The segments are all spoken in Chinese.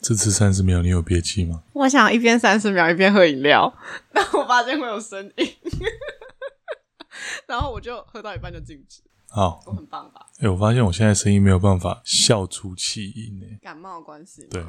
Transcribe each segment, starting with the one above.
这次三十秒你有憋气吗？我想一边三十秒一边喝饮料， 但我发现会有声音， 然后我就喝到一半就静止，好，哦我很棒吧？哎、我发现我现在声音没有办法笑出气音诶，感冒的关系吗对，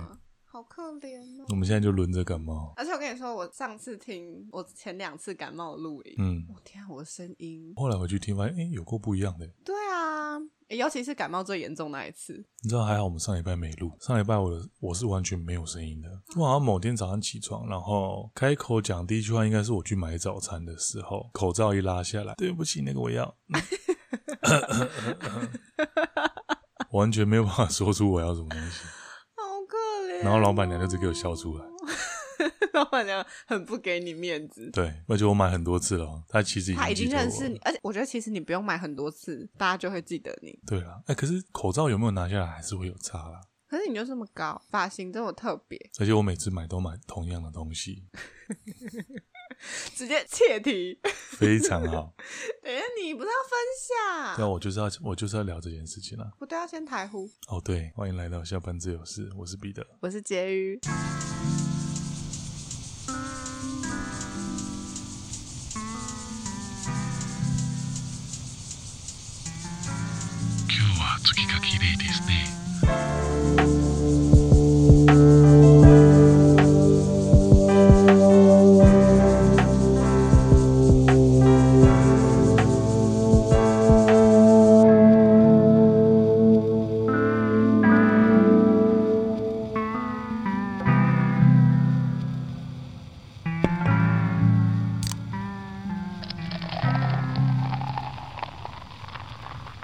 好可怜我哦。们现在就轮着感冒。而且我跟你说，我上次听我前两次感冒的录音，嗯，我天、啊，我的声音，后来回去听发现，哎、有够不一样的。对啊，尤其是感冒最严重那一次，你知道还好我们上礼拜没录，上礼拜我的我是完全没有声音的。我好像某天早上起床，然后开口讲第一句话应该是我去买早餐的时候，口罩一拉下来，对不起，那个我要， 完全没有办法说出我要什么东西。好可怜哦、然后老板娘就只给我笑出来 老板娘很不给你面子，对，而且我买很多次了哦，他其实已经她已经记得认我识了你，而且我觉得其实你不用买很多次，大家就会记得你。对啦，哎、可是口罩有没有拿下来还是会有差啦。可是你就这么高，发型这么特别，而且我每次买都买同样的东西，直接切题。 非常好。等一下你不是要分对啊，享？我就是要我就是要聊这件事情啦。我都要先台呼。哦，对，欢迎来到下班自由室，我是彼得。我是婕妤， 今日は月が綺麗ですね。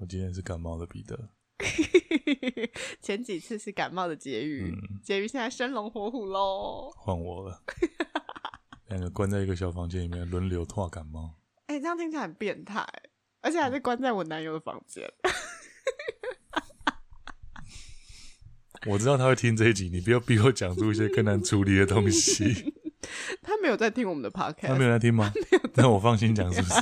我今天是感冒的彼得，前几次是感冒的婕妤，嗯婕妤现在生龙活虎喽。换我了。两个关在一个小房间里面轮流拓感冒，哎、这样听起来很变态，而且还嗯是关在我男友的房间。我知道他会听这一集，你不要逼我讲出一些更难处理的东西。他没有在听我们 的他没 podcast，有在听吗？那我放心讲，是不是？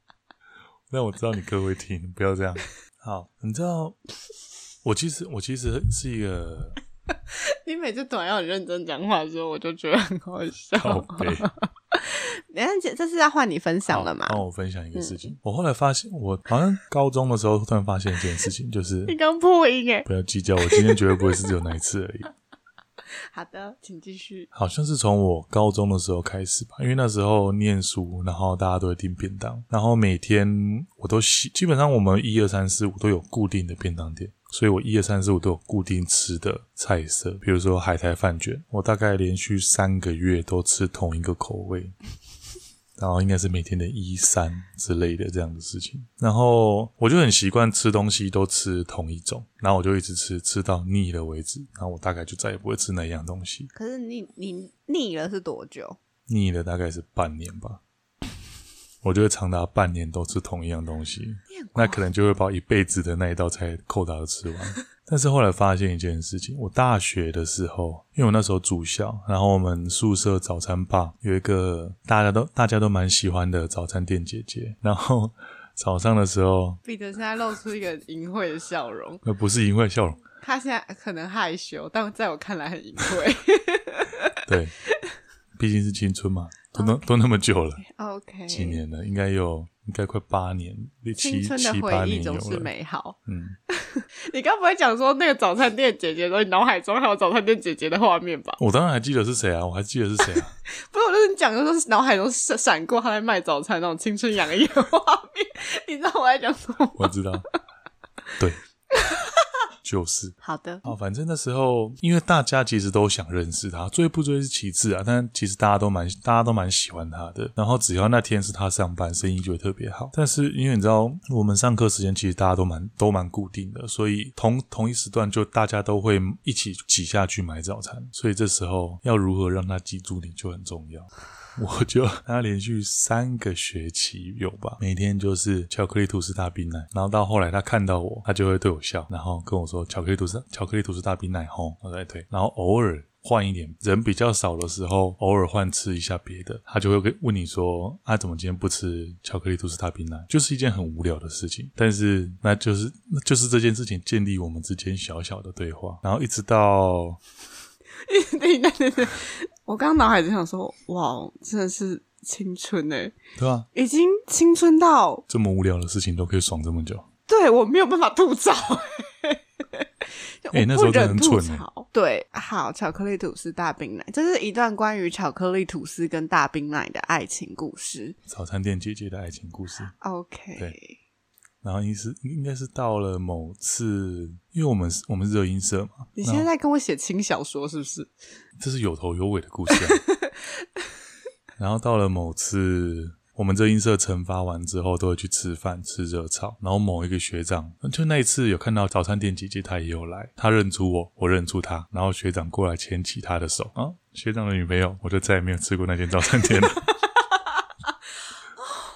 那我知道你哥会听，不要这样。好，你知道，我其实我其实是一 个你每次突然要很认真讲话的时候，我就觉得很好笑。靠 背。等一下这这是要换你分享了嘛？帮我分享一个事情。我后来发现，我好像高中的时候突然发现一件事情，就是 你刚破音哎。不要计较，我今天绝对不会是只有那一次而已。好的，请继续。好像是从我高中的时候开始吧，因为那时候念书，然后大家都会订便当，然后每天我都喜，基本上我们一二三四五都有固定的便当店，所以我一二三四五都有固定吃的菜色，比如说海苔饭卷，我大概连续三个月都吃同一个口味。然后应该是每天的一三之类的这样的事情，然后我就很习惯吃东西都吃同一种，然后我就一直吃吃到腻了为止，然后我大概就再也不会吃那样东西。可是你你腻了是多久？腻了大概是半年吧，我就会长达半年都吃同一样东西，那可能就会把我一辈子的那一道菜扣打的吃完。但是后来发现一件事情，我大学的时候，因为我那时候住校，然后我们宿舍早餐吧有一个大家都大家都蛮喜欢的早餐店姐姐，然后早上的时候，彼得现在露出一个淫秽的笑容，呃，不是因为笑容，他现在可能害羞，但在我看来很淫秽。对，毕竟是青春嘛，都那都那么久了， 哦 OK，几年了，应该有应该快八年，六青七春的七八回年忆有总是了。美好。嗯，你该不会讲说那个早餐店姐姐的时候，你脑海中还有早餐店姐姐的画面吧？我当然还记得是谁啊，我还记得是谁啊。不是，我就是讲的是脑海中闪闪过他在卖早餐那种青春洋溢的画面。你知道我在讲什 么吗？我知道，对，就是好的，啊。反正那时候，因为大家其实都想认识他，追不追是其次啊，但其实大家都蛮大家都蛮喜欢他的。然后只要那天是他上班，生意就会特别好。但是因为你知道，我们上课时间其实大家都蛮都蛮固定的，所以同同一时段就大家都会一起挤下去买早餐。所以这时候要如何让他记住你就很重要。 我就他连续三个学期有吧，每天就是巧克力吐司大冰奶，然后到后来他看到我，他就会对我笑，然后跟我说巧克力吐司巧克力吐司大冰奶吼，我在对，然后偶尔。换一点，人比较少的时候，偶尔换吃一下别的，他就会跟问你说：“啊，怎么今天不吃巧克力吐司大冰奶？”就是一件很无聊的事情，但是那就是那就是这件事情建立我们之间小小的对话，然后一直到 对对对对，我刚刚脑海只想说，哇，真的是青春哎、对吧？已经青春到这么无聊的事情都可以爽这么久，对我没有办法吐槽、哎、那时我候不真的忍很吐蠢、欸。槽。对，好，巧克力吐司大冰奶，这是一段关于巧克力吐司跟大冰奶的爱情故事。早餐店姐姐的爱情故事， OK，然后应是应该是到了某次，因为我们是我们是热音社嘛，你现在在跟我写轻小说是不是？这是有头有尾的故事、啊。然后到了某次，我们这音社惩罚完之后，都会去吃饭吃热炒。然后某一个学长，就那一次有看到早餐店姐姐，她也有来，她认出我，我认出她，然后学长过来牵起她的手啊，学长的女朋友，我就再也没有吃过那间早餐店了。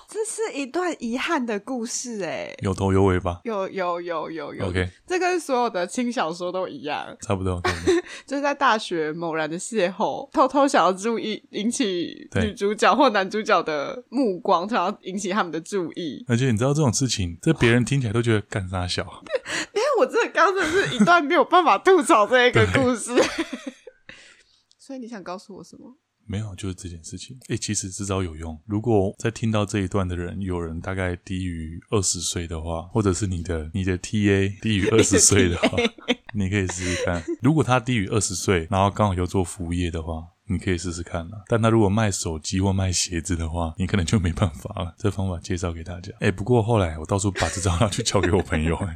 这是一段遗憾的故事哎、有头有尾吧有有有有有？OK，这跟所有的轻小说都一样，差不多。差不多就是在大学某然的邂逅，偷偷想要注意引起对女主角或男主角的目光，想要引起他们的注意。而且你知道这种事情，在别人听起来都觉得干啥小，我这刚真的是一段没有办法吐槽这一 个故事。所以你想告诉我什么？没有，就是这件事情。诶，其实这招有用。如果在听到这一段的人，有人大概低于二十岁的话，或者是你的你的 TA 低于二十岁的话，你可以试试看。如果他低于二十岁，然后刚好又做服务业的话，你可以试试看啦。但他如果卖手机或卖鞋子的话，你可能就没办法了。这方法介绍给大家。诶，不过后来我到处把这招拿去教给我朋友、诶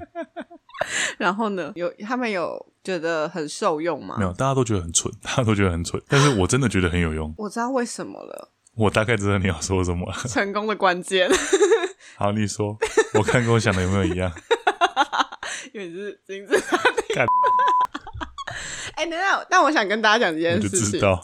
然后呢？有他们有觉得很受用吗没？有，大家都觉得很蠢，大家都觉得很蠢，但是我真的觉得很有用。我知道为什么了，我大概知道你要说什么 了。成功的关键，好，你说，我看跟我想的有没有一 样？因为你是金子干。 哎、等等，但我想跟大家讲一我件就事知 情。道。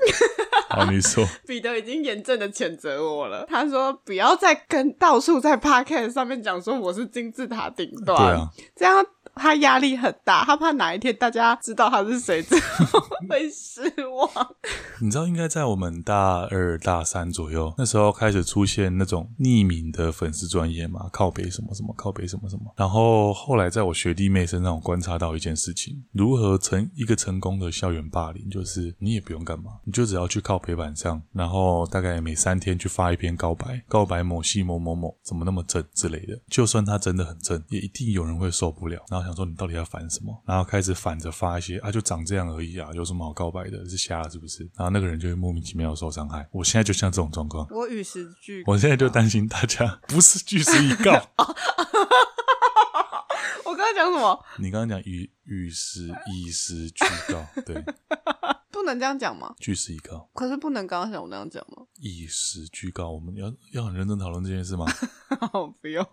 好，你说，彼得已经严正的谴责我了，他说不要再跟到处在 podcast 上面讲说我是金字塔顶对端，啊，这样他压力很大，他怕哪一天大家知道他是谁之 后会失望。你知道应该在我们大二、大三左右，那时候开始出现那种匿名的粉丝专业嘛，靠北什么什么，靠北什么什么。然后后来在我学弟妹身上，我观察到一件事情：如何成一个成功的校园霸凌，就是你也不用干嘛，你就只要去靠北板上，然后大概每三天去发一篇告白，告白某系某某某怎么那么正之类的。就算他真的很正，也一定有人会受不了，然后想说你到底要烦什么，然后开始反着发一些啊，就长这样而已啊，有什么好告白的？是瞎了是不是？然后那个人就会莫名其妙地受伤害。我现在就像这种状况，我与时俱我现在就担心大家 不是据实以告。 我刚刚讲什么？你刚刚讲与与时以时俱告，对，不能这样讲吗？据实以告，可是不能刚刚像我那样讲吗？ 以时俱告。我们要要很认真讨论这件事吗？哦，不用，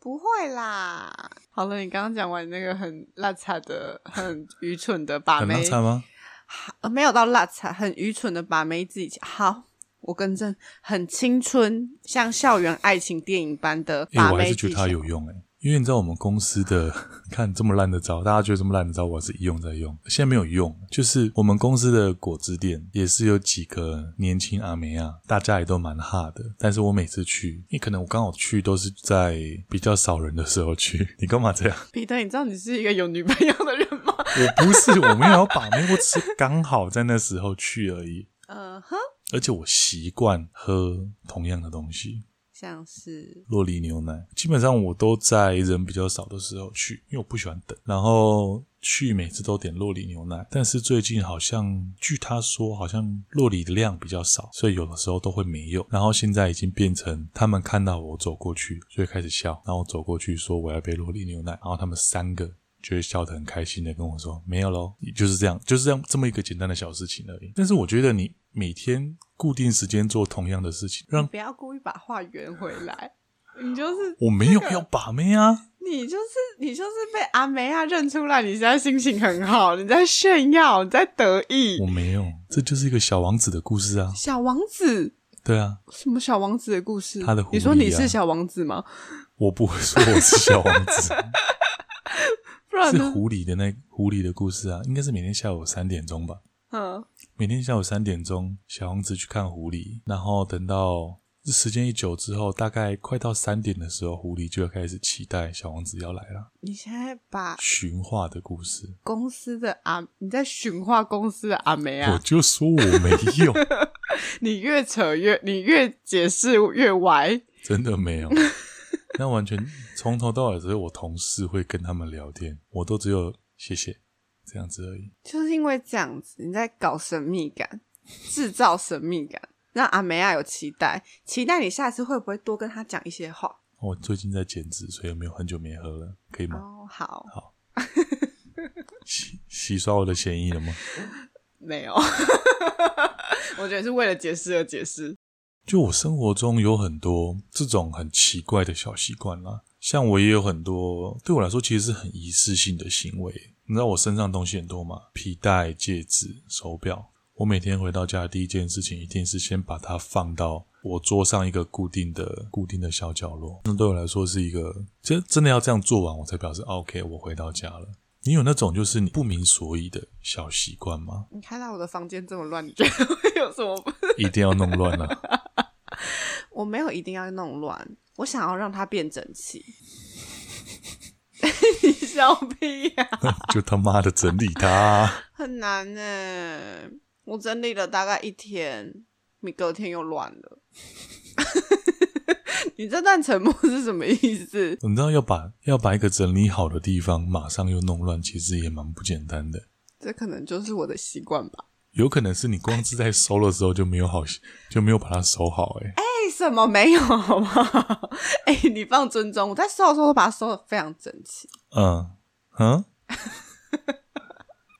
不会啦。好了，你刚刚讲完那个很邋遢的、很愚蠢的把很妹拉，差吗？呃没有到邋遢，很愚蠢的把妹自己好。我更正，很青春，像校园爱情电影般的哎、把我还妹是技觉得巧。它有用哎、因为你知道我们公司的， 你看这么烂的招，大家觉得这么烂的招，我还是一用再用。现在没有用，就是我们公司的果汁店也是有几个年轻阿梅啊，大家也都蛮哈的。但是我每次去，你可能我刚好去都是在比较少人的时候去， 你干嘛这样？彼得，你知道你是一个有女朋友的人吗？我不是，我没有要把妹，我只是刚好在那时候去而已。嗯哼，而且我习惯喝同样的东西，像是洛梨牛奶，基本上我都在人比较少的时候去，因为我不喜欢等。然后去每次都点洛梨牛奶，但是最近好像据他说，好像洛梨的量比较少，所以有的时候都会没有。然后现在已经变成他们看到我走过去就会开始笑，然后我走过去说我要一杯洛梨牛奶，然后他们三个。就会笑得很开心的跟我说：“没有喽，就是这样，就是这样，这么一个简单的小事情而已。”但是我觉得你每天固定时间做同样的事情，让不要故意把话圆回来，你就是我没有要把妹啊，你就是你就是被阿梅亚认出来，你现在心情很好，你在炫耀，你在得意 我。没有，这就是一个小王子的故事啊。小王子，对啊，什么小王子的故事？他的狐狸啊你说你是小王子吗？我不会说我是小王子，不然是呢？狐狸的那狐狸的故事啊，应该是每天下午三点钟吧。嗯，每天下午三点钟，小王子去看狐狸，然后等到时间一久之后，大概快到三点的时候，狐狸就要开始期待小王子要来了。你现在把驯化的故事，公司的阿，你在驯化公司的阿梅我啊？就说我没有，你越扯越，你越解释越歪。真的没有。那完全从头到尾只有我同事会跟他们聊天，我都只有谢谢这样子而已。就是因为这样子，你在搞神秘感，制造神秘感，让阿梅亚啊有期待，期待你下次会不会多跟他讲一些话。我哦最近在减脂，所以没有很久没喝了，可以吗？哦，好，洗洗刷我的嫌疑了吗？没有， 我觉得是为了解释而解释。？就我生活中有很多这种很奇怪的小习惯啦，像我也有很多对我来说其实是很仪式性的行为。你知道我身上东西很多吗？皮带、戒指、手表。我每天回到家的第一件事情，一定是先把它放到我桌上一个固定的、固定的小角落。那对我来说是一个，真真的要这样做完，我才表示啊 OK，我回到家了。你有那种就是你不明所以的小习惯吗你看到我的房间这么乱，你觉得会有什么不？ 一定要弄乱了、 啊？我没有一定要弄乱，我想要让它变整齐。 你笑屁啊呀、就他妈的整理它啊、很难呢、我整理了大概一天，你隔天又乱了。 你这段沉默是什么意思？你知道要把要把一个整理好的地方马上又弄乱，其实也蛮不简单的。这可能就是我的习惯吧。有可能是你光是在收的时候就没有好，就没有把它收好、欸。哎、为什么没有？ 好不好？哎、你放尊重，我在收的时候都把它收的非常整齐。嗯嗯，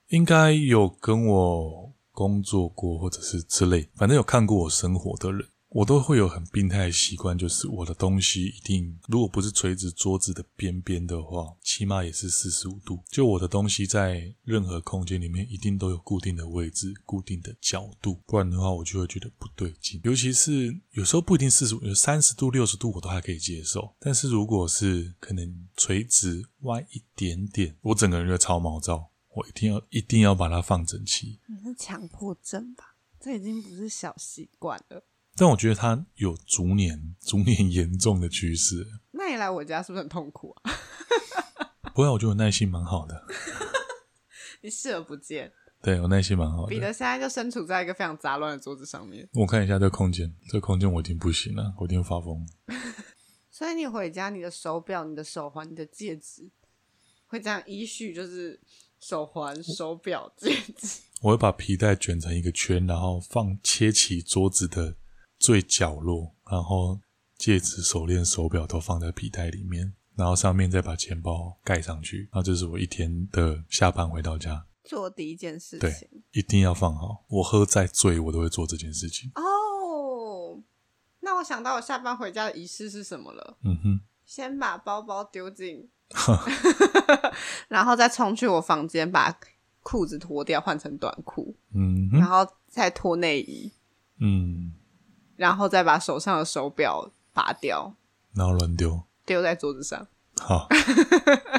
应该有跟我工作过或者是之类，反正有看过我生活的人，我都会有很病态的习惯，就是我的东西一定，如果不是垂直桌子的边边的话，起码也是四十五度。就我的东西在任何空间里面，一定都有固定的位置、固定的角度，不然的话我就会觉得不对劲。尤其是有时候不一定四十五，有三十度、六十度我都还可以接受，但是如果是可能垂直歪一点点，我整个人就超毛躁。我一定要一定要把它放整齐，你是强迫症吧？这已经不是小习惯了。但我觉得它有逐年 逐年严重的趋势。那你来我家是不是很痛苦啊？ 不过我觉得我耐心蛮好的，你视而不见。对我耐心蛮好彼的。得现在就身处在一个非常杂乱的桌子上面，我看一下这空间，这空间我已经不行了，我一定发疯了。所以你回家，你的手表、你的手环、你的戒指，会这样依序就是手环、手表、戒指。 我会把皮带卷成一个圈，然后放切起桌子的最角落，然后戒指、手链、手表都放在皮带里面，然后上面再把钱包盖上去。然后这是我一天的下班回到家，做第一件事对情，一定要放好。我喝再醉，我都会做这件事情。哦。那我想到我下班回家的仪式是什么了？嗯哼，先把包包丢进， 然后再冲去我房间把裤子脱掉，换成短裤，嗯然哼，后再脱内衣，嗯，然后再把手上的手表拔掉，然后乱丢。丢在桌子上。好，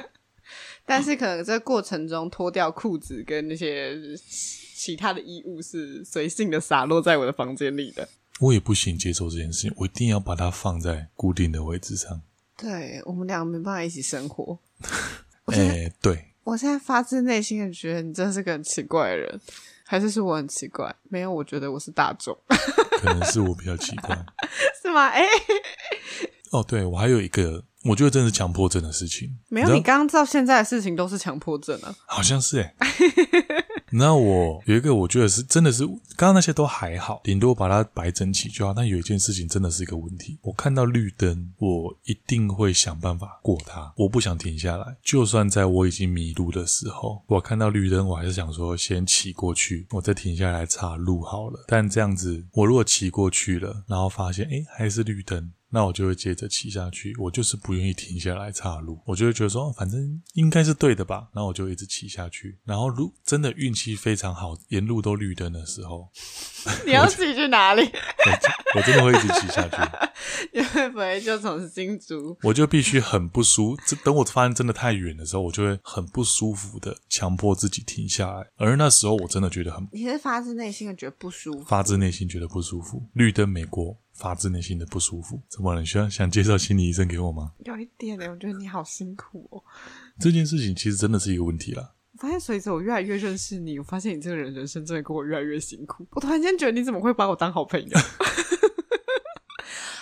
但是可能在过程中脱掉裤子跟那些其他的衣物是随性的洒落在我的房间里的。我也不行接受这件事情，我一定要把它放在固定的位置上。对我们俩没办法一起生活。哎、对，我现在发自内心的觉得你真是个很奇怪的人，还是是我很奇怪？没有，我觉得我是大众， 可能是我比较奇怪。是吗？哎、哦，对，我还有一个，我觉得真的是强迫症的事情。没你有，知道你刚刚到现在的事情都是强迫症啊。好像是哎、欸。 那我有一个，我觉得是真的是，刚刚那些都还好，顶多把它摆整齐就好。但有一件事情真的是一个问题，我看到绿灯，我一定会想办法过它，我不想停下来。就算在我已经迷路的时候，我看到绿灯，我还是想说先骑过去，我再停下来查路好了。但这样子，我如果骑过去了，然后发现诶还是绿灯，那我就会接着骑下去，我就是不愿意停下来岔路，我就会觉得说，哦反正应该是对的吧，然后我就一直骑下去。然后如真的运气非常好，沿路都绿灯的时候，你要自己去哪里？ 我我真的会一直骑下去，你 会不会就从新竹？我就必须很不舒。这等我发现真的太远的时候，我就会很不舒服的强迫自己停下来，而那时候我真的觉得很你是发自内心的觉得不舒服？发自内心觉得不舒服，绿灯没过，发自内心的不舒服。怎么了？你需要想介绍心理医生给我吗？有一点哎、我觉得你好辛苦哦。这件事情其实真的是一个问题啦。我发现随着我越来越认识你，我发现你这个人人生真的跟我越来越辛苦。我突然间觉得你怎么会把我当好朋友？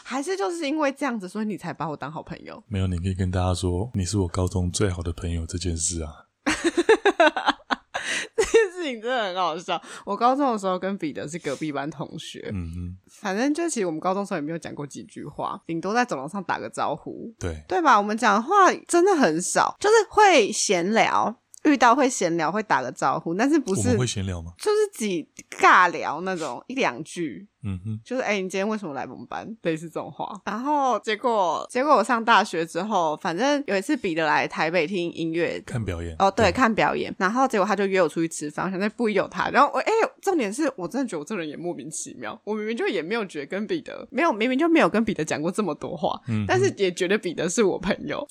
还是就是因为这样子，所以你才把我当好朋友？ 没有，你可以跟大家说你是我高中最好的朋友这件事啊。这件事情真的很好笑。我高中的时候跟彼得是隔壁班同学，嗯哼，反正就其实我们高中的时候也没有讲过几句话，顶多在走廊上打个招呼，对，对吧？我们讲话真的很少，就是会闲聊，遇到会闲聊，会打个招呼，但是不我是们会闲聊吗？就是几尬聊那种一两句，嗯哼，就是哎、你今天为什么来我们班？类似这种话。然后结果结果我上大学之后，反正有一次彼得来台北听音乐。看表演。哦，对，看表演，然后结果他就约我出去吃饭，我想再不有他，然后我哎、重点是我真的觉得我这人也莫名其妙，我明明就也没有觉得跟彼得没有，明明就没有跟彼得讲过这么多话，嗯但是也觉得彼得是我朋友，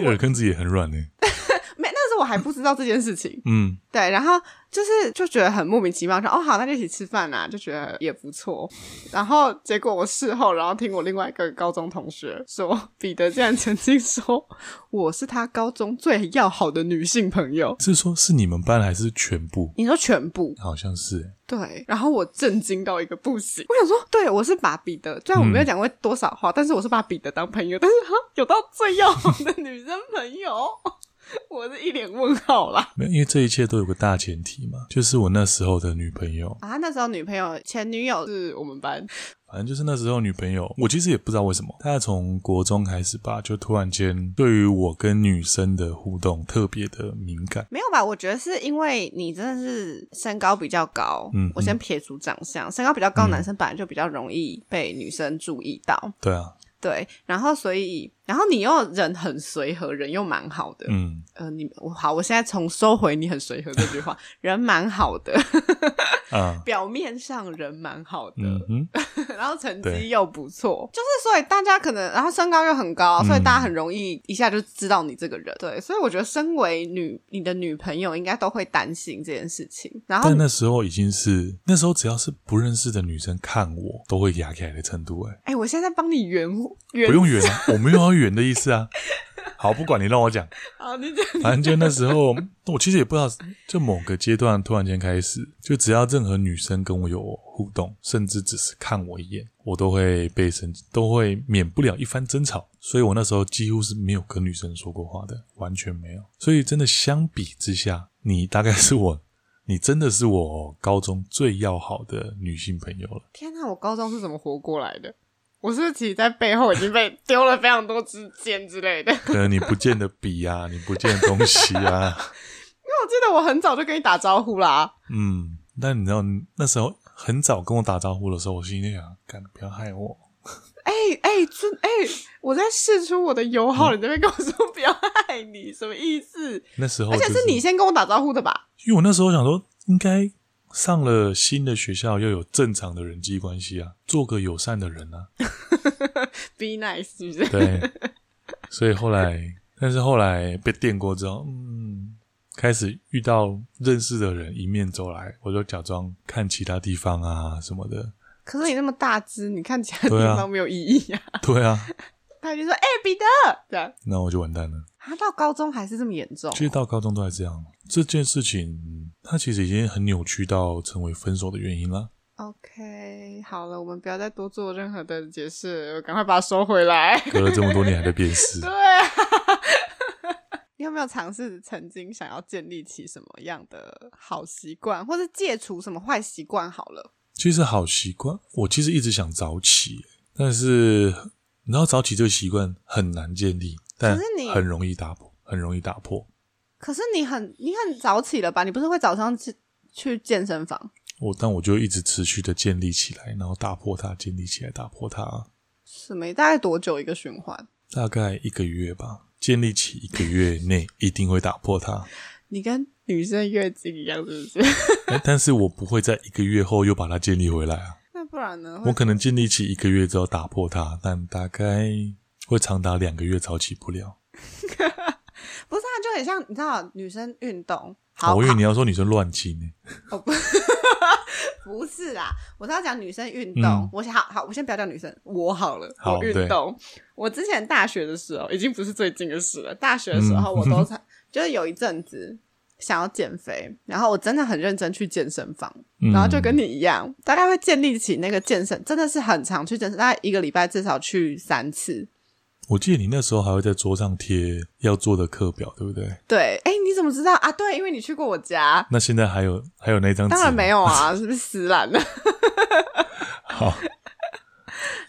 你耳根子也很软呢、没，那时候我还不知道这件事情，嗯，对，然后就是就觉得很莫名其妙，说哦好，那就一起吃饭啦、就觉得也不错。然后结果我事后，然后听我另外一个高中同学说，彼得竟然曾经说我是他高中最要好的女性朋友。是说是你们班还是全部？你说全部好像是、欸。对，然后我震惊到一个不行。我想说，对我是把彼得，虽然我没有讲过多少话，但是我是把彼得当朋友，但是哈，有到最要好的女生朋友， 我是一脸问号啦。没有，因为这一切都有个大前提嘛，就是我那时候的女朋友，啊，那时候女朋友前女友是我们班，反正就是那时候女朋友，我其实也不知道为什么，她从国中开始吧，就突然间对于我跟女生的互动特别的敏感。没有吧？我觉得是因为你真的是身高比较高，嗯我先撇除长相，身高比较高，男生本来就比较容易被女生注意到，对啊，对，然后所以，然后你又人很随和，人又蛮好的，嗯，呃，你我好，我现在从收回你很随和这句话，人蛮好的， 啊，表面上人蛮好的，嗯哼，然后成绩对又不错，就是所以大家可能，然后身高又很高，所以嗯大家很容易一下就知道你这个人。对，所以我觉得身为女你的女朋友应该都会担心这件事情。然后但，那时候已经是那时候只要是不认识的女生看我，都会压起来的程度、欸，哎，我现在帮你圆圆，不用远啊，我没有要远的意思啊。好，不管你让我讲，啊，你这 反正就那时候，我其实也不知道，就某个阶段突然间开始，就只要任何女生跟我有互动，甚至只是看我一眼，我都会被生气，都会免不了一番争吵。所以我那时候几乎是没有跟女生说过话的，完全没有。所以真的相比之下，你大概是我，你真的是我高中最要好的女性朋友了。天哪，我高中是怎么活过来的？我是不是其实在背后已经被丢了非常多支箭之类的？因 可能你不见得笔啊，你不见的东西啊，为我记得我很早就跟你打招呼啦。嗯，但你知道那时候很早跟我打招呼的时候，我心里想，干，不要害我。哎哎，真哎，我在试出我的友嗯好，你这边跟我说不要爱你，什么意思？那时候、而就且是你，先跟我打招呼的吧？因为我那时候想说，应该上了新的学校要有正常的人际关系啊，做个友善的人啊。 Be nice，是不 是？对， 所以后来，但是后来被电过之后，嗯，开始遇到认识的人迎面走来，我就假装看其他地方啊什么的。可是你那么大只，你看其他地对啊方没有意义呀、对啊， 他就说：“哎、彼得，这样。那我就完蛋了。”他到高中还是这么严重其实到高中都还这样。这件事情，嗯它其实已经很扭曲到成为分手的原因了。 ？OK，好了，我们不要再多做任何的解释，我赶快把它收回来。 隔了这么多年还在变事对。啊， 你有没有尝试曾经想要建立起什么样的好习惯，或是戒除什么坏习惯？好了，其实好习惯，我其实一直想早起，但是你知道早起这个习惯很难建立，但可是你很容易打破，很容易打破。可是你很你很早起了吧？你不是会早上去去健身房？我但我就一直持续的建立起来，然后打破它，建立起来，打破它，什么？大概多久一个循环？大概一个月吧。建立起一个月内一定会打破它，你跟女生月经一样，是不是？ 哎但是我不会在一个月后又把它建立回来啊。那不然呢？我可能建立起一个月之后打破它，但大概会长达两个月早起不了。不是啊，就很像你知道，女生运动好哦我以为跑你要说女生乱起呢，哦不不不是啦，我是要讲女生运动。嗯我想好好，我先不要讲女生，我好了，好我运动。我之前大学的时候，已经不是最近的事了。大学的时候，嗯我都才、就是有一阵子想要减肥，然后我真的很认真去健身房，嗯然后就跟你一样，大概会建立起那个健身，真的是很常去健身，大概一个礼拜至少去三次。我记得你那时候还会在桌上贴要做的课表，对不对？对，哎，你怎么知道啊？对，因为你去过我家。那现在还有还有那张纸？当然没有。有啊， 是不是死懒了？好，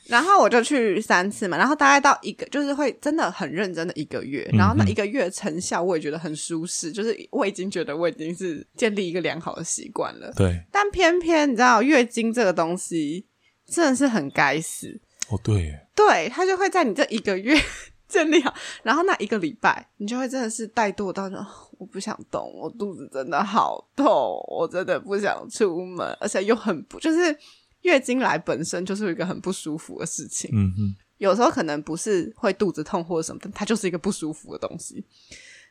然后我就去三次嘛，然后大概到一个，就是会真的很认真的一个月，然后那一个月成效我也觉得很舒适，就是我已经觉得我已经是建立一个良好的习惯了。对，但偏偏你知道，月经这个东西真的是很该死，哦对耶，对，它就会在你这一个月 建立好，然后那一个礼拜，你就会真的是怠惰到说，我不想动，我肚子真的好痛，我真的不想出门，而且又很不，就是月经来本身就是一个很不舒服的事情。嗯嗯，有时候可能不是会肚子痛或者什么，但它就是一个不舒服的东西，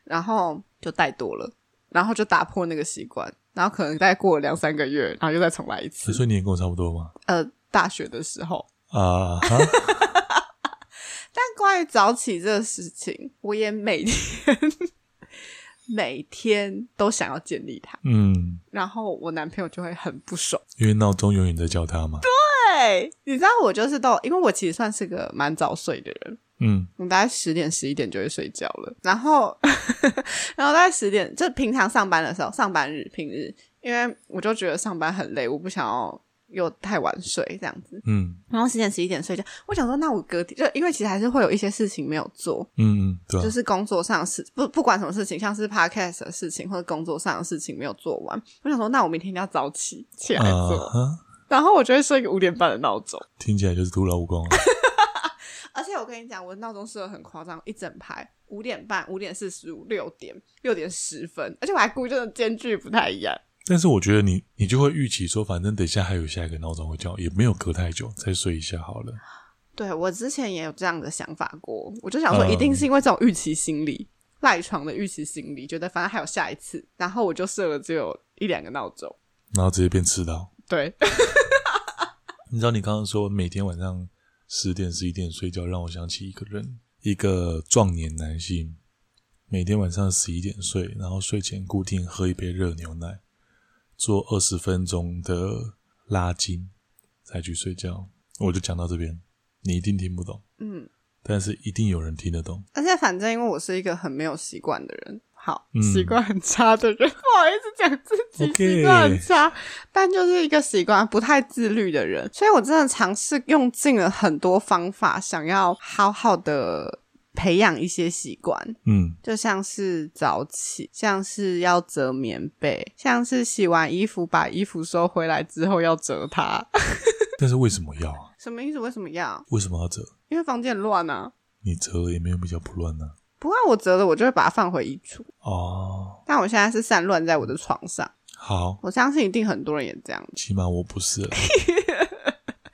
然后就怠惰了，然后就打破那个习惯，然后可能再过两三个月，然后又再重来一次。所以你也跟我差不多吗？呃，大学的时候，啊 哈，但关于早起这个事情，我也每天 每天都想要建立它，嗯，然后我男朋友就会很不爽。因为闹钟永远在叫他嘛。对，你知道我就是都，因为我其实算是个蛮早睡的人，嗯，我大概十点十一点就会睡觉了，然后 然后大概十点，就平常上班的时候，上班日平日，因为我就觉得上班很累，我不想要又太晚睡这样子，嗯然后十点十一点睡觉，我想说那我隔天就因为其实还是会有一些事情没有做，嗯嗯，对啊就，是工作上的事不不管什么事情，像是 podcast 的事情或者工作上的事情没有做完，我想说那我明天一定要早起起来啊做，哈，然后我就会设一个五点半的闹钟。听起来就是徒劳无功啊。而且我跟你讲，我闹钟设的很夸张，一整排五点半、五点四十五、六点、六点十分，而且我还估真的间距不太一样。但是我觉得你你就会预期说，反正等一下还有下一个闹钟会叫，也没有隔太久，再睡一下好了。对我之前也有这样的想法过，我就想说，嗯一定是因为这种预期心理、赖床的预期心理，觉得反正还有下一次，然后我就设了只有一两个闹钟。然后直接变迟到。对，你知道你刚刚说每天晚上十点十一点睡觉，让我想起一个人，一个壮年男性，每天晚上十一点睡，然后睡前固定喝一杯热牛奶，做二十分钟的拉筋，再去睡觉。我就讲到这边，你一定听不懂，嗯，但是一定有人听得懂。而且反正因为我是一个很没有习惯的人，好嗯习惯很差的人， 不好意思讲自己 OK 习惯很差但就是一个习惯不太自律的人，所以我真的尝试用尽了很多方法，想要好好的培养一些习惯。嗯，就像是早起，像是要折棉被，像是洗完衣服把衣服收回来之后要折它。 但是为什么要啊？什么意思？为什么要？为什么要折？因为房间很乱啊！你折了也没有比较不乱啊呢、不过我折了，我就会把它放回衣橱。哦，但我现在是散乱在我的床上，好，我相信一定很多人也这样。起码我不是了。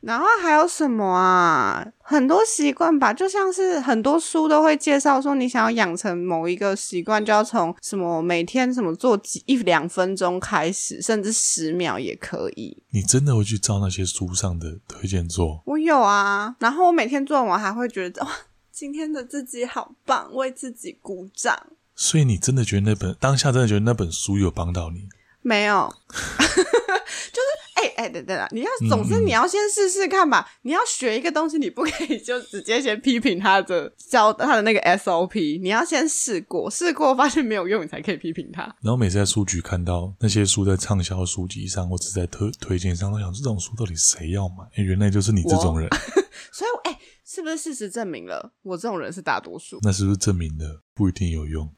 然后还有什么啊？很多习惯吧，就像是很多书都会介绍说，你想要养成某一个习惯，就要从什么每天什么做几一两分钟开始，甚至十秒也可以。你真的会去照那些书上的推荐做？我有啊，然后我每天做完还会觉得哇，今天的自己好棒，为自己鼓掌。所以你真的觉得那本当下真的觉得那本书有帮到你？没有，就是哎哎、等等啊！你要，嗯总之你要先试试看吧。你要学一个东西，你不可以就直接先批评他的教他的那个 SOP，你要先试过，试过发现没有用，你才可以批评他。然后每次在书局看到那些书在畅销书籍上或者在推推荐上，都想这种书到底谁要买？诶原来就是你这种人，所以，哎、是不是事实证明了我这种人是大多数？那是不是证明了不一定有用？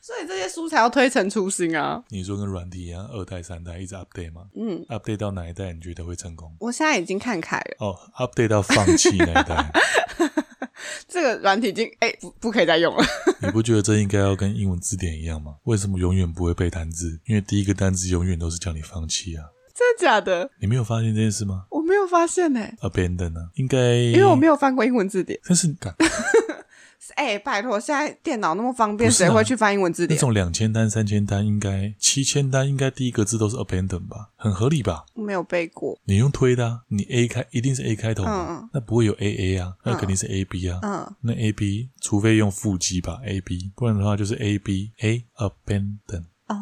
所以这些书才要推陈出新啊！你说跟软体一样，二代三代一直 update 吗嗯， ？update 到哪一代你觉得会成功？我现在已经看开了，哦，update 到放弃那一代，这个软体已经哎、不不可以再用了。 你不觉得这应该要跟英文字典一样吗？为什么永远不会背单字？因为第一个单字永远都是叫你放弃啊！真的假的？你没有发现这件事吗？我没有发现哎、 abandon 啊，应该因为我没有翻过英文字典，但是干哎、拜托，现在电脑那么方便，不是啊谁会去翻英文字那典？种两千单、三千单，应该七千单，应该第一个字都是 abandon 吧，很合理吧？我没有背过。你用推的、啊，你 A 开一定是 A 开头嘛，嗯那不会有 A A 啊，那肯定是 A B 啊，嗯那 A B 除非用腹肌吧，A B，不然的话就是 A B A abandon，哦，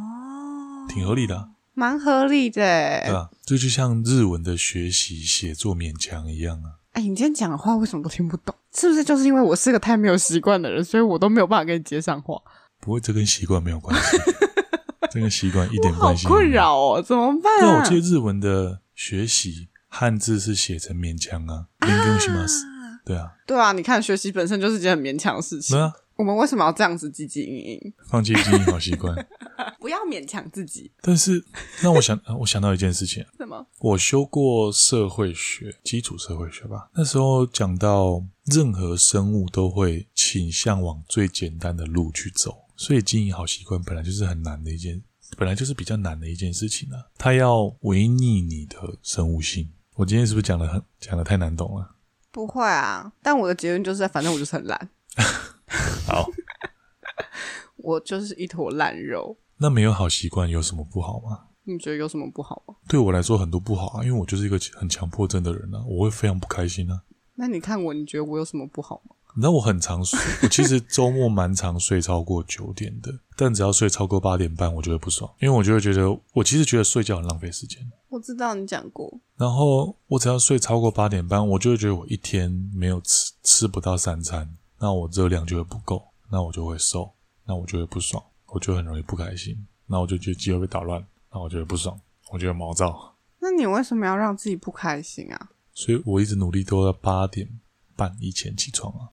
挺合理的、啊，蛮合理的欸。对吧、啊这就像日文的学习写作勉强一样啊。哎、你今天讲的话为什么都听不懂？是不是就是因为我是个太没有习惯的人，所以我都没有办法跟你接上话？不过这跟习惯没有关 系，这跟习惯一点我好关系没有。困扰哦，怎么办、那啊？我记得日文的学习汉字是写成勉强啊，勉強します。对啊，对啊，你看学习本身就是件很勉强的事情。那我们为什么要这样子唧唧嘤嘤？放弃经营好习 惯。不要勉强自己，但是让我想，啊我想到一件事情啊，什么？我修过社会学，基础社会学吧。那时候讲到，任何生物都会倾向往最简单的路去走，所以经营好习惯本来就是很难的一件，本来就是比较难的一件事情啊。它要违逆你的生物性。我今天是不是讲的很讲的太难懂了？不会啊，但我的结论就是，反正我就是很懒， 好， 我就是一坨烂肉。那没有好习惯有什么不好吗？你觉得有什么不好吗？对我来说很多不好啊，因为我就是一个很强迫症的人啊，我会非常不开心啊。那你看我，你觉得我有什么不好吗？你知道我很常睡，我其实周末蛮常睡超过九点的，但只要睡超过八点半，我就会不爽，因为我就会觉得，我其实觉得睡觉很浪费时间。我知道你讲过，然后我只要睡超过八点半，我就会觉得我一天没有吃吃不到三餐，那我热量就会不够，那我就会瘦，那我就会不爽，我就很容易不开心，那我就觉得肌肉被打乱，那我就会不爽，我就会毛躁。那你为什么要让自己不开心啊？所以我一直努力都要八点半以前起床啊。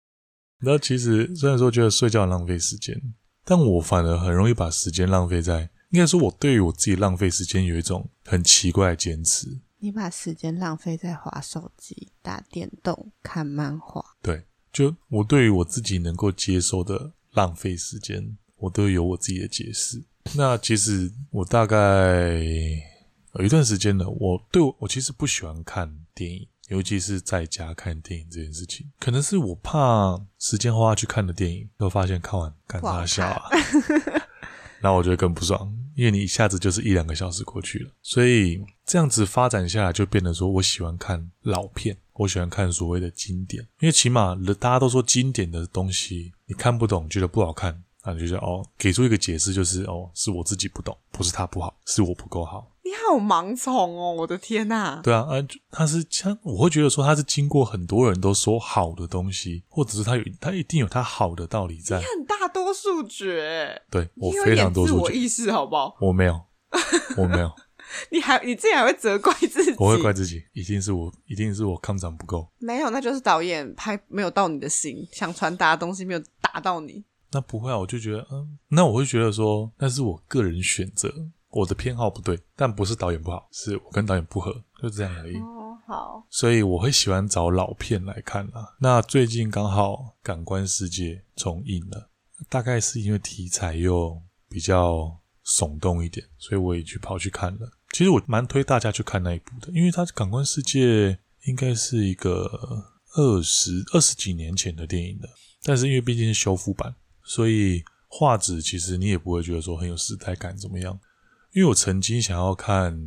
然后其实虽然说觉得睡觉很浪费时间，但我反而很容易把时间浪费在，应该说我对于我自己浪费时间有一种很奇怪的坚持。你把时间浪费在划手机、打电动、看漫画。对，就我对于我自己能够接受的浪费时间，我都有我自己的解释。那其实我大概有一段时间了，我对我我其实不喜欢看电影，尤其是在家看电影这件事情，可能是我怕时间花去看的电影，又发现看完干不好啥看笑啊，那我就会更不爽，因为你一下子就是一两个小时过去了，所以这样子发展下来，就变得说我喜欢看老片，我喜欢看所谓的经典，因为起码大家都说经典的东西，你看不懂觉得不好看，那你就说哦，给出一个解释就是哦，是我自己不懂，不是他不好，是我不够好，你好盲从哦！我的天呐、对啊，啊，就它是像我会觉得说它是经过很多人都说好的东西，或者是它有它一定有它好的道理在你，很大多数决，欸对我你有非点常多自数我决，意识好不好？我没有，我没 有。你还你竟然还会责怪自己？我会怪自己，一定是我，一定是我看场不够。没有，那就是导演拍没有到你的心，想传达的东西没有达到你。那不会啊，我就觉得，嗯，那我会觉得说，那是我个人选择，我的偏好不对，但不是导演不好，是我跟导演不合，就这样而已。哦，好，所以我会喜欢找老片来看啦。那最近刚好《感官世界》重映了，大概是因为题材又比较耸动一点，所以我也去跑去看了。其实我蛮推大家去看那一部的，因为它《感官世界》应该是一个二十二十几年前的电影了，但是因为毕竟是修复版，所以画质其实你也不会觉得说很有时代感怎么样。因为我曾经想要看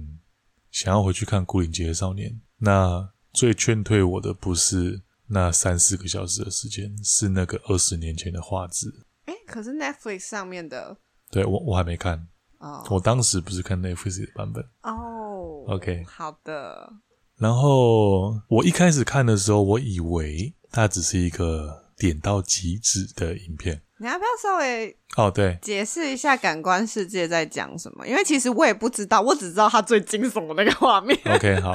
想要回去看《孤岭街的少年》，那最劝退我的不是那三四个小时的时间，是那个二十年前的画质。哎，可是 Netflix 上面的对我我还没看，哦我当时不是看 Netflix 的版本。哦 OK 好的，然后我一开始看的时候，我以为它只是一个点到即止的影片。你要不要稍微哦，对，解释一下感官世界在讲什么？因为其实我也不知道，我只知道它最惊悚的那个画面。 OK，好。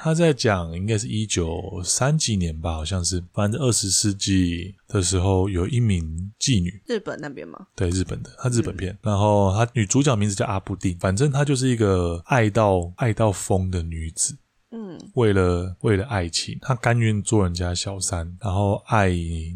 他在讲，应该是一九三几年吧，好像是，反正二十世纪的时候，有一名妓女， 日本那边吗？对日本的，她日本片，然后她女主角名字叫阿布定，反正她就是一个爱到爱到疯的女子，嗯，为了为了爱情，她甘愿做人家小三，然后爱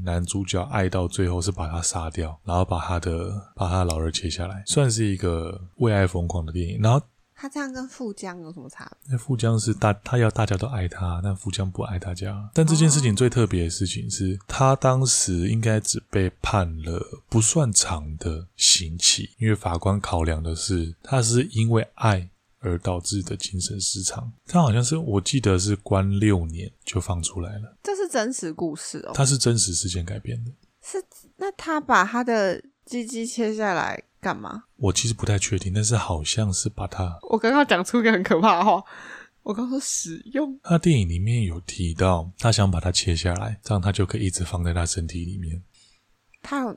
男主角爱到最后是把他杀掉，然后把他的把他老二切下来，算是一个为爱疯狂的电影。然后他这样跟富江有什么差别？那富江是大，他要大家都爱他，但富江不爱大家。但这件事情最特别的事情是，他当时应该只被判了不算长的刑期，因为法官考量的是他是因为爱而导致的精神失常。他好像是我记得是关六年就放出来了，这是真实故事哦。他是真实事件改编的。是那他把他的鸡鸡切下来干嘛？我其实不太确定，但是好像是把他我刚刚讲出一个很可怕的话，我刚说使用他电影里面有提到，他想把它切下来，这样他就可以一直放在他身体里面。他有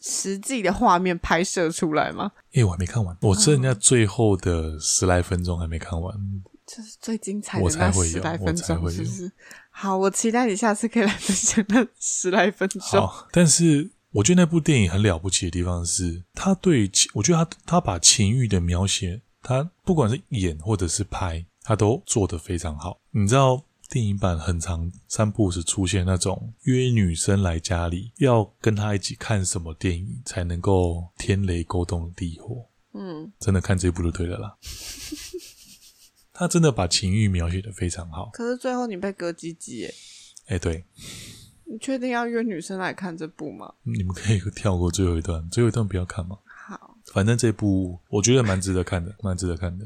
实际的画面拍摄出来吗？诶，我还没看完，我剩下最后的十来分钟还没看完。这是最精彩的我才那会十有来我分才钟，会是不有是？好，我期待你下次可以来分享那十来分钟。好，但是我觉得那部电影很了不起的地方是，他对情，我觉得他他把情欲的描写，他不管是演或者是拍，他都做得非常好。你知道电影版很长，三部是出现那种约女生来家里，要跟她一起看什么电影才能够天雷勾动地火。嗯，真的看这部就对了啦。他真的把情欲描写的非常好。可是最后你被割鸡鸡耶，哎、对，你确定要约女生来看这部吗？你们可以 跳过最后一段，最后一段不要看嘛。好，反正这部我觉得蛮值得看的，蛮值得看的。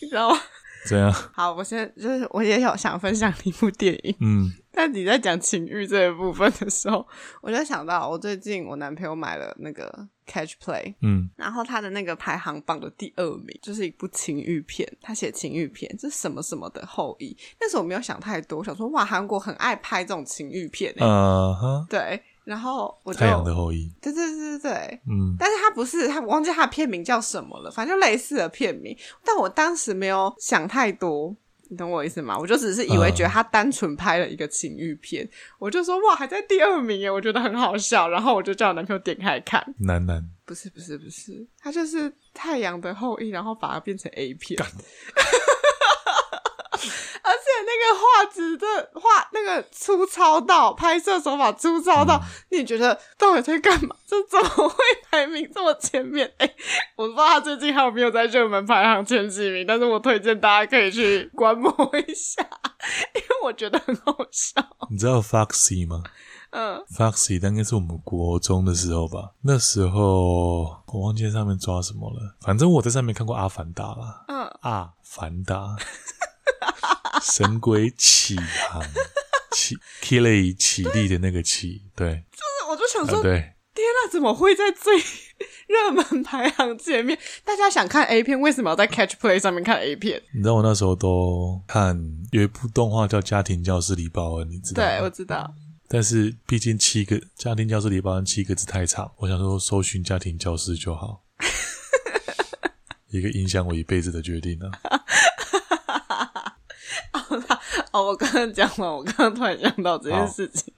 你知道吗？ 怎样？好，我现在就是我也有想分享一部电影，嗯，但你在讲情欲这一部分的时候，我就想到我最近我男朋友买了那个 Catch Play，嗯，然后他的那个排行榜的第二名就是一部情欲片，他写情欲片，这是什么什么的后裔。但是我没有想太多，我想说哇，韩国很爱拍这种情欲片、欸，啊哈，对。然后我就太阳的后裔，对对对对对，嗯，但是他不是他，我忘记他的片名叫什么了，反正就类似的片名。但我当时没有想太多，你懂我意思吗？我就只是以为嗯觉得他单纯拍了一个情欲片，我就说哇，还在第二名耶，我觉得很好笑。然后我就叫我男朋友点开看，男男，不是不是不是，他就是《太阳的后裔》，然后把它变成 A 片。 而且那个画质的画，那个粗糙到拍摄手法粗糙到，嗯你觉得到底在干嘛？这怎么会排名这么前面？哎、我不知道他最近还有没有在热门排行前几名，但是我推荐大家可以去观摩一下， 因为我觉得很好笑。你知道 Foxy 吗嗯， ？Foxy 大概是我们国中的时候吧，那时候我忘记在上面抓什么了，反正我在上面看过《阿凡达》啦，嗯阿凡达， 神鬼起航，起 Killy 起立的那个起，对，我就想啊说，对，天啊，怎么会在最 热门排行前面？大家想看 A 片，为什么要在 Catch Play 上面看 A 片？你知道我那时候都看有一部动画叫《家庭教师李包恩》，你知道吗？对，我知道，但是毕竟七个家庭教师里包含七个字太长，我想说搜寻家庭教师就 好。一个影响我一辈子的决定呢、啊。哦，我刚刚讲完，我刚刚突然想到这件事情。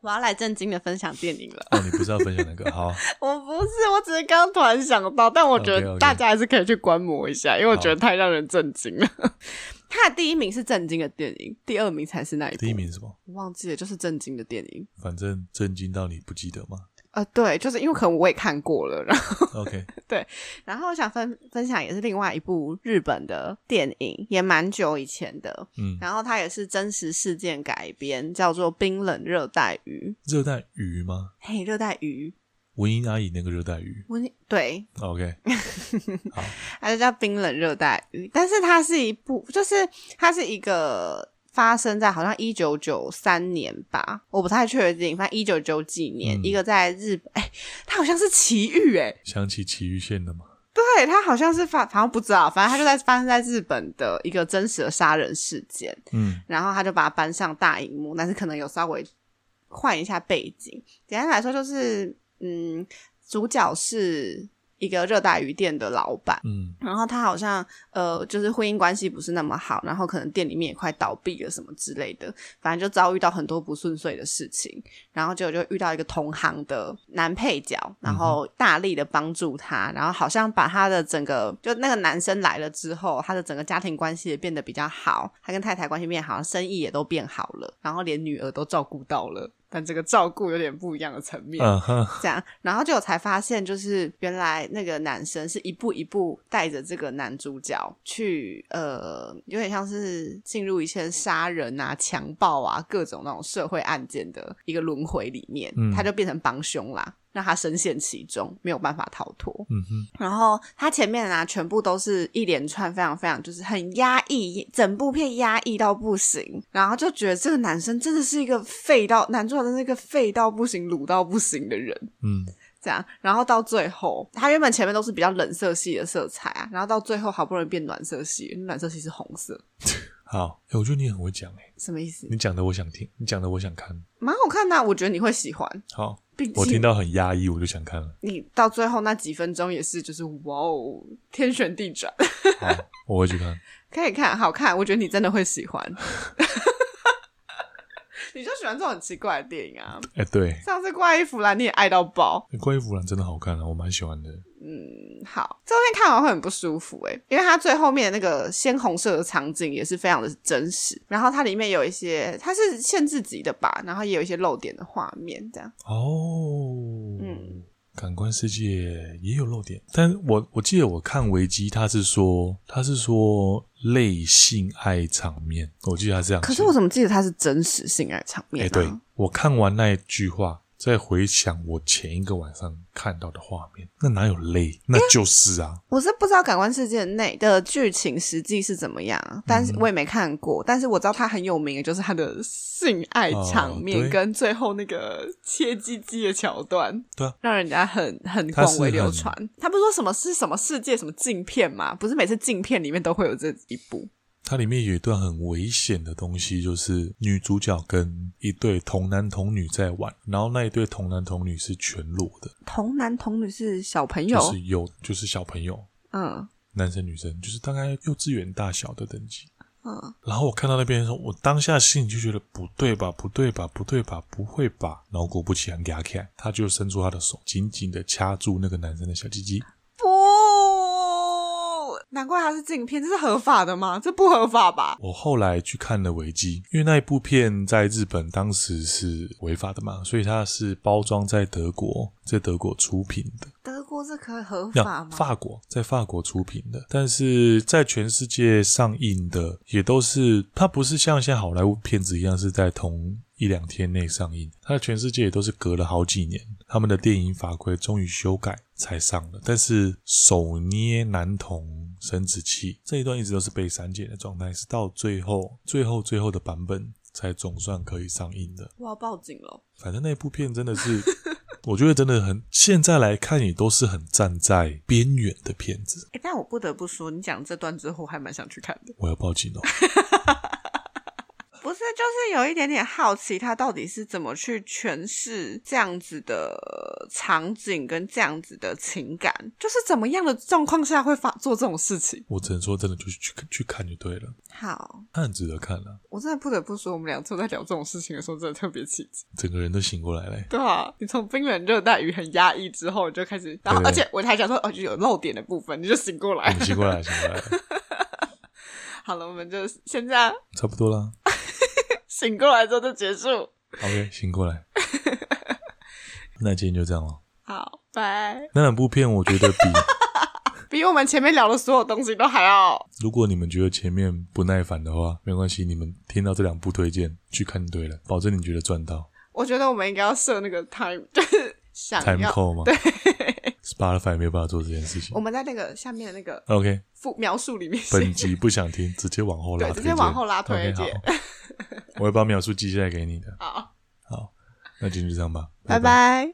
我要来正经的分享电影了。哦，你不是要分享那个？好，啊我不是，我只是刚刚突然想到，但我觉得 OK，OK 大家还是可以去观摩一下，因为我觉得太让人震惊了。他的第一名是震惊的电影，第二名才是那一部。第一名是什么？我忘记了，就是震惊的电影。反正震惊到你不记得吗呃，对，就是因为可能我也看过了，然后。 ？OK，然后我想分分享也是另外一部日本的电影，也蛮久以前的。嗯，然后它也是真实事件改编，叫做《冰冷热带鱼》。热带鱼吗？嘿，热带鱼，文英阿姨那个热带鱼我对， ，OK，它就叫《冰冷热带鱼》。但是它是一部，就是它是一个发生在好像一九九三年吧，我不太确定，反正一九九几年，嗯一个在日本，哎，它好像是奇遇，哎，想起奇遇县了吗？对他好像是发，好像不知道，反正他就在发生在日本的一个真实的杀人事件，嗯然后他就把它搬上大荧幕，但是可能有稍微换一下背景。简单来说就是，嗯，主角是一个热带鱼店的老板，嗯然后他好像呃，就是婚姻关系不是那么好，然后可能店里面也快倒闭了什么之类的，反正就遭遇到很多不顺遂的事情，然后结果就遇到一个同行的男配角，然后大力的帮助他，然后好像把他的整个就那个男生来了之后，他的整个家庭关系也变得比较好，他跟太太关系变好，生意也都变好了，然后连女儿都照顾到了。但这个照顾有点不一样的层面。嗯哼，这样，然后就才发现，就是原来那个男生是一步一步带着这个男主角去，呃，有点像是进入一些杀人啊、强暴啊各种那种社会案件的一个轮回里面，嗯他就变成帮凶啦。让他深陷其中，没有办法逃脱。嗯哼，然后他前面啊，全部都是一连串非常非常就是很压抑，整部片压抑到不行，然后就觉得这个男生真的是一个废到男主角真是一个废到不行、鲁到不行的人。嗯这样，然后到最后，他原本前面都是比较冷色系的色彩啊，然后到最后好不容易变暖色系，暖色系是红色，好，哎、我觉得你很会讲哎、什么意思？你讲的我想听，你讲的我想看。蛮好看的啊、我觉得你会喜欢。好，毕竟我听到很压抑，我就想看了。你到最后那几分钟也是，就是哇哦，天旋地转， 好，我会去看。可以看，好看，我觉得你真的会喜欢。 你就喜欢这种很奇怪的电影啊！哎、对，上次怪衣服啦，你也爱到爆。关于弗兰真的好看啊，我蛮喜欢的。嗯好，这部片看完会很不舒服诶、因为它最后面那个鲜红色的场景也是非常的真实，然后它里面有一些它是限制级的吧，然后也有一些露点的画面，这样哦，嗯感官世界也有漏点，但我我记得我看维基，他是说他是说类性爱场面，我记得他这样写。可是我怎么记得它是真实性爱场哎、面、啊？对我看完那一句话，再回想我前一个晚上看到的画面，那哪有累？那就是啊，我是不知道《感官世界》内的剧情实际是怎么样啊，但嗯是我也没看过，但是我知道它很有名，就是它的性爱场哦面对跟最后那个切鸡鸡的桥段。对啊，让人家很很它是广为流很传。他不是说什么是什么世界什么镜片吗？不是每次镜片里面都会有这一部。它里面有一段很危险的东西，就是女主角跟一对童男童女在玩，然后那一对童男童女是全裸的，童男童女是小朋友，就是有就是小朋友，嗯男生女生，就是大概幼稚园大小的等级。嗯，然后我看到那边的时候，我当下心里就觉得不对吧，不对吧，不对吧，不会吧。然后果不其然给他看，他就伸出他的手，紧紧的掐住那个男生的小鸡鸡。不，难怪它是镜片，这是合法的吗？这不合法吧？我后来去看了维基，因为那一部片在日本当时是违法的嘛，所以它是包装在德国，在德国出品的。德国这可以合那法吗？法国在法国出品的，但是在全世界上映的也都是，它不是像现在好莱坞片子一样是在同一两天内上映，它在全世界也都是隔了好几年，他们的电影法规终于修改才上了。但是手捏男童生殖器这一段一直都是被删减的状态，是到最后最后最后的版本才总算可以上映的。我要报警了。反正那部片真的是， 我觉得真的很，现在来看也都是很站在边缘的片子。哎、但我不得不说，你讲这段之后，我还蛮想去看的。我要报警哦！不是，就是有一点点好奇，他到底是怎么去诠释这样子的场景跟这样子的情感，就是怎么样的状况下会发做这种事情。我只能说，真的就是去去看就对了，好，它很值得看了、我真的不得不说，我们俩坐在聊这种事情的时候，真的特别起劲。整个人都醒过来 了、对啊，你从冰冷热带雨很压抑之后，你就开始，然后对而且我还想说，哦，就有漏点的部分，你就醒过我来。 们醒过来了，醒过来了，好了，我们就现在差不多啦。醒过来之后就结束。 OK，醒过 来。那今天就这样了。好，拜。那两部片，我觉得比 比我们前面聊的所有东西都还要如果你们觉得前面不耐烦的话，没关系，你们听到这两部推荐去看就对了，保证你觉得赚到。我觉得我们应该要设那个 time，就是 想 Time 要 call 吗？对，Spotify 没有办法做这件事情我。们在那个下面的那个 OK，附描述里面 写本，集不想听，直接往后拉推对荐，直接往后拉推 OK，荐好，我会把描述记下来给你的。好，好，那今天就这样吧，拜拜。